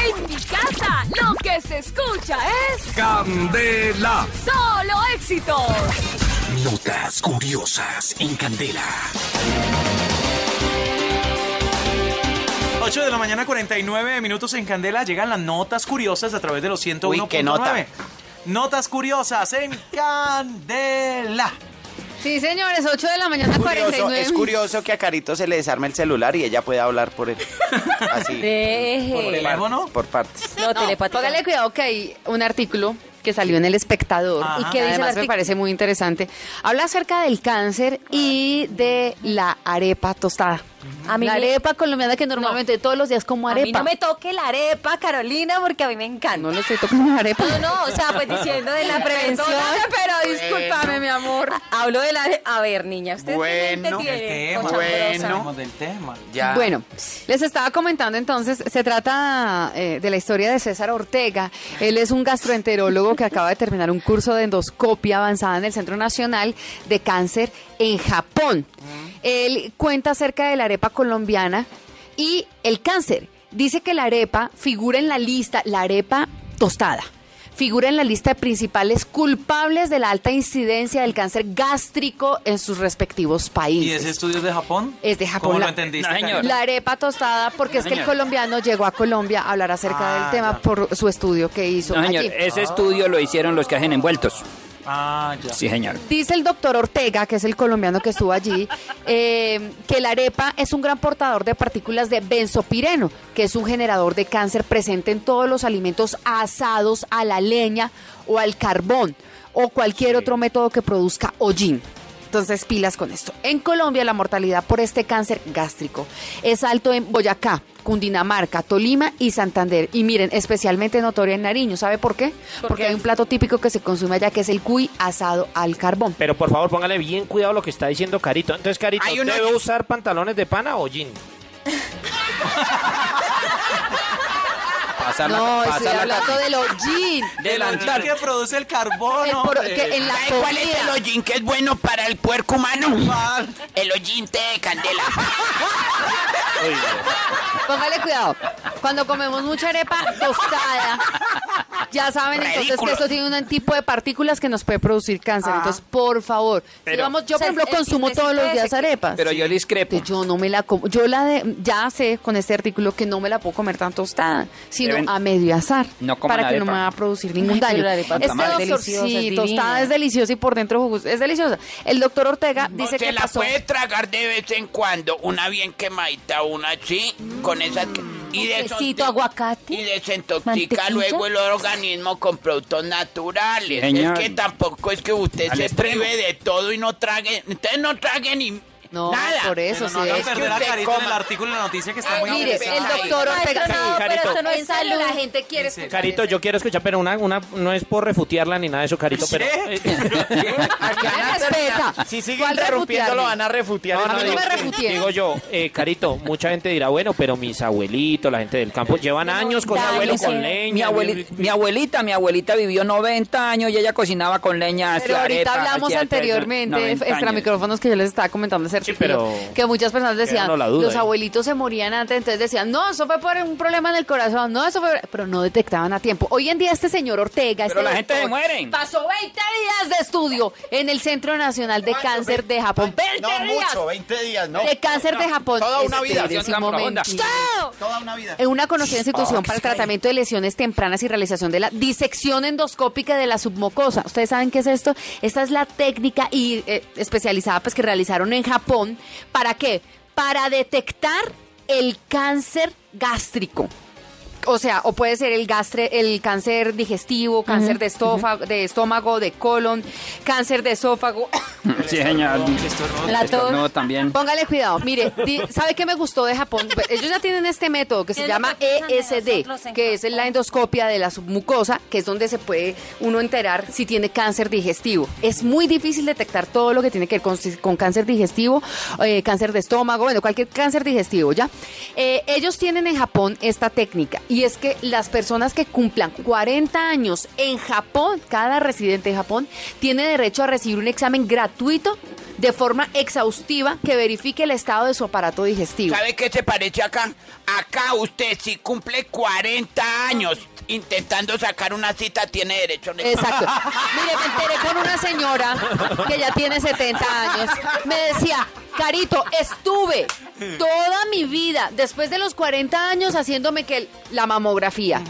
En mi casa, lo que se escucha es Candela. solo éxitos. Notas curiosas en Candela. 8 de la mañana, 49 minutos en Candela. Llegan las notas curiosas a través de los 101.9. Uy, qué nota. Notas curiosas en Candela. Sí, señores, 8 de la mañana, Curioso, 49 es curioso que a Carito se le desarme el celular y ella puede hablar por él. Así. Eh, ¿Por Deje. el teléfono? Por partes. No, telepática. Póngale cuidado que hay un artículo que salió en El Espectador Ajá. y ¿Y que qué dice el además me artículo? parece muy interesante. Habla acerca del cáncer y de la arepa tostada. A mí la me- arepa colombiana que normalmente todos los días como A arepa. mí no me toque la arepa, Carolina, porque a mí me encanta. No le estoy tocando la arepa. No, no, o sea, pues diciendo de la prevención. Perdóname, pero discúlpame, mi amor. Hablo de la... A ver, niña, usted tiene El Bueno, mente, tiene tema. cochambrosa. bueno. Del tema. Ya. Bueno, les estaba comentando entonces, se trata eh, de la historia de César Ortega. Él es un gastroenterólogo que acaba de terminar un curso de endoscopia avanzada en el Centro Nacional de Cáncer en Japón. Él cuenta acerca de la arepa colombiana y el cáncer. Dice que la arepa figura en la lista, la arepa tostada. Figura en la lista de principales culpables de la alta incidencia del cáncer gástrico en sus respectivos países. ¿Y ese estudio es de Japón? Es de Japón. ¿Cómo lo La- entendiste? No, señor. Karina? La arepa tostada, porque es que el Señor. colombiano llegó a Colombia a hablar acerca Ah, del tema ya. por su estudio que hizo. No, señor, allí. ese estudio lo hicieron los que hacen envueltos. Ah, ya. Sí, señor. Dice el doctor Ortega, que es el colombiano que estuvo allí, eh, que la arepa es un gran portador de partículas de benzopireno, que es un generador de cáncer presente en todos los alimentos asados a la leña o al carbón o cualquier otro método que produzca hollín. Entonces, pilas con esto. En Colombia, la mortalidad por este cáncer gástrico es alto en Boyacá, Cundinamarca, Tolima y Santander. Y miren, especialmente notoria en Nariño. ¿Sabe por qué? Porque hay un plato típico que se consume allá que es el cuy asado al carbón. Pero por favor, póngale bien cuidado lo que está diciendo Carito. Entonces, Carito, Hay un ¿debe hoyo. usar pantalones de pana o jean? Pasar la, No, pasar estoy la hablando cajita. del hollín. Delantal. que produce el carbón, El por- hombre. que en la ¿Sabe eh, cuál es el comida. hollín que es bueno para el puerco humano? ¿Cuál? El hollín té de candela. Póngale cuidado. Cuando comemos mucha arepa tostada, ya saben entonces que Ridículo. esto tiene un tipo de partículas que nos puede producir cáncer. Entonces, por favor, si vamos- yo O sea, por ejemplo el consumo chismecito todos los ese días que- arepas. Pero yo discrepo. Pues Yo no me la como. Yo la de, ya sé con este artículo que no me la puedo comer tan tostada, sino Deben- a medio azar. No coman para que no arepa. me va a producir ningún Ay, pero daño. la arepa Este tamal es doctor, deliciosa, sí, es tostada divina. es deliciosa y por dentro jugosa. Es deliciosa. El doctor Ortega dice se que la pasó. puede tragar de vez en cuando, una bien quemadita, una así, Mm, con esas que- y Quesito, desintox- aguacate. y desintoxica mantequilla. luego el organismo con productos naturales. Sí, señor. Es que tampoco es que usted Al se extremo. prive de todo y no trague, usted no trague ni No, nada. por eso, Pero sí. no hagan es- perder a usted Carito en el coma. artículo de la noticia que está Eh, muy Mire, interesante. el doctor Ortega. Maestro, no, Sí, Carito. pero esto no En es salud. salud. La gente quiere Sí. escuchar Carito, yo quiero escuchar, pero una, una no es por refutearla ni nada de eso, Carito, pero... eh, ¿Sí? ¿Qué me respeta? Si sigue ¿Cuál interrumpiendo, refutearme? lo van a refutear. No, a mí no digo- me refutien. Digo yo, eh, Carito, mucha gente dirá, bueno, pero mis abuelitos, la gente del campo, llevan años con su dale, abuelo sí. con leña. Mi, abueli- mi abuelita, mi abuelita vivió 90 años y ella cocinaba con leña. Pero hacía ahorita arepas, hablamos hacía todo eso. anteriormente 90 extra años. micrófonos que yo les estaba comentando ese Sí, artículo, pero- que muchas personas decían, no la duda los ahí. abuelitos se morían antes, entonces decían, no, eso fue por un problema en el corazón, no, eso fue, pero no detectaban a tiempo. Hoy en día este señor Ortega, Pero este la gente doctor, se mueren. pasó 20 días de estudio en el Centro Nacional de Cáncer de Japón. 20 días 20 días, de cáncer de Japón. Toda una vida. Espere, sí, Tan un profunda. momentico. Toda una vida. En una conocida institución para el tratamiento de lesiones tempranas y realización de la disección endoscópica de la submucosa. ¿Ustedes saben qué es esto? Esta es la técnica y, eh, especializada pues, que realizaron en Japón. ¿Para qué? Para detectar el cáncer gástrico. O sea, o puede ser el gastre, el cáncer digestivo, cáncer de, estofa- de estómago, de colon, cáncer de esófago. Sí, señor. La No, tos. también. Póngale cuidado. Mire, di- ¿sabe qué me gustó de Japón? Ellos ya tienen este método que ¿Qué se es lo llama que piensan de ESD, nosotros en que es la Japón? endoscopia de la submucosa, que es donde se puede uno enterar si tiene cáncer digestivo. Es muy difícil detectar todo lo que tiene que ver con, con cáncer digestivo, eh, cáncer de estómago, bueno, cualquier cáncer digestivo, ¿ya? Eh, ellos tienen en Japón esta técnica y es que las personas que cumplan 40 años en Japón, cada residente de Japón, tiene derecho a recibir un examen gratuito de forma exhaustiva que verifique el estado de su aparato digestivo. ¿Sabe qué se parece acá? Acá usted si cumple 40 años intentando sacar una cita tiene derecho a un examen. Exacto. Mire, me enteré con una señora que ya tiene 70 años. Me decía, Carito, estuve toda mi vida, después de los 40 años, haciéndome que el- la mamografía,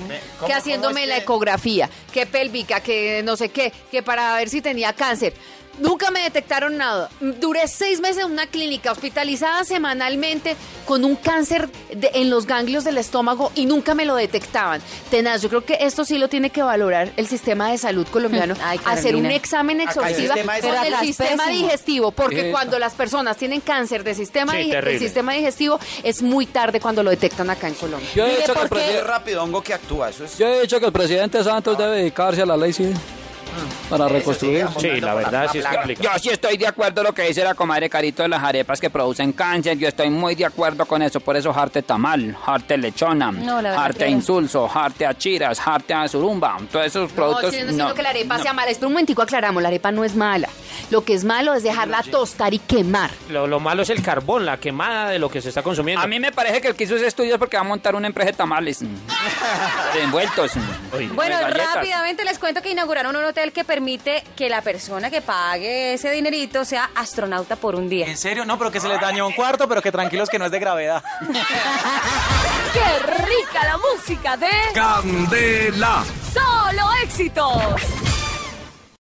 que haciéndome la ecografía, que pélvica, que no sé qué, que para ver si tenía cáncer. Nunca me detectaron nada. Duré seis meses en una clínica hospitalizada semanalmente con un cáncer de- en los ganglios del estómago y nunca me lo detectaban. Tenaz, yo creo que esto sí lo tiene que valorar el sistema de salud colombiano. Ay, Carolina. hacer un examen exhaustiva sistema de con salud el atrás, sistema pésimo. digestivo, porque cuando las personas tienen cáncer de sistema, Sí, dig- terrible. del sistema digestivo, es muy tarde cuando lo detectan acá en Colombia. Yo he Mire, dicho que el porque- presidente- rápido hongo que actúa, eso es. Yo he dicho que el presidente Santos debe dedicarse a la ley civil para reconstruir. Sí, la verdad sí es Yo complicado. sí estoy de acuerdo con lo que dice la comadre Carito de las arepas que producen cáncer. Yo estoy muy de acuerdo con eso. Por eso jarte tamal, jarte lechona, No, la verdad jarte que- insulso, jarte achiras, jarte azurumba. Todos esos productos... no, estoy diciendo que la arepa sea mala. Espera un momentico, aclaramos, la arepa no es mala. Lo que es malo es dejarla tostar y quemar. Lo, lo malo es el carbón, la quemada de lo que se está consumiendo. A mí me parece que el que hizo ese estudio es porque va a montar una empresa de tamales. De envueltos. Uy. Bueno, de galletas. rápidamente les cuento que inauguraron un hotel que permite que la persona que pague ese dinerito sea astronauta por un día. ¿En serio? No, pero que se les dañó un cuarto, pero que tranquilos que no es de gravedad. ¡Qué rica la música de Candela. Solo Éxitos!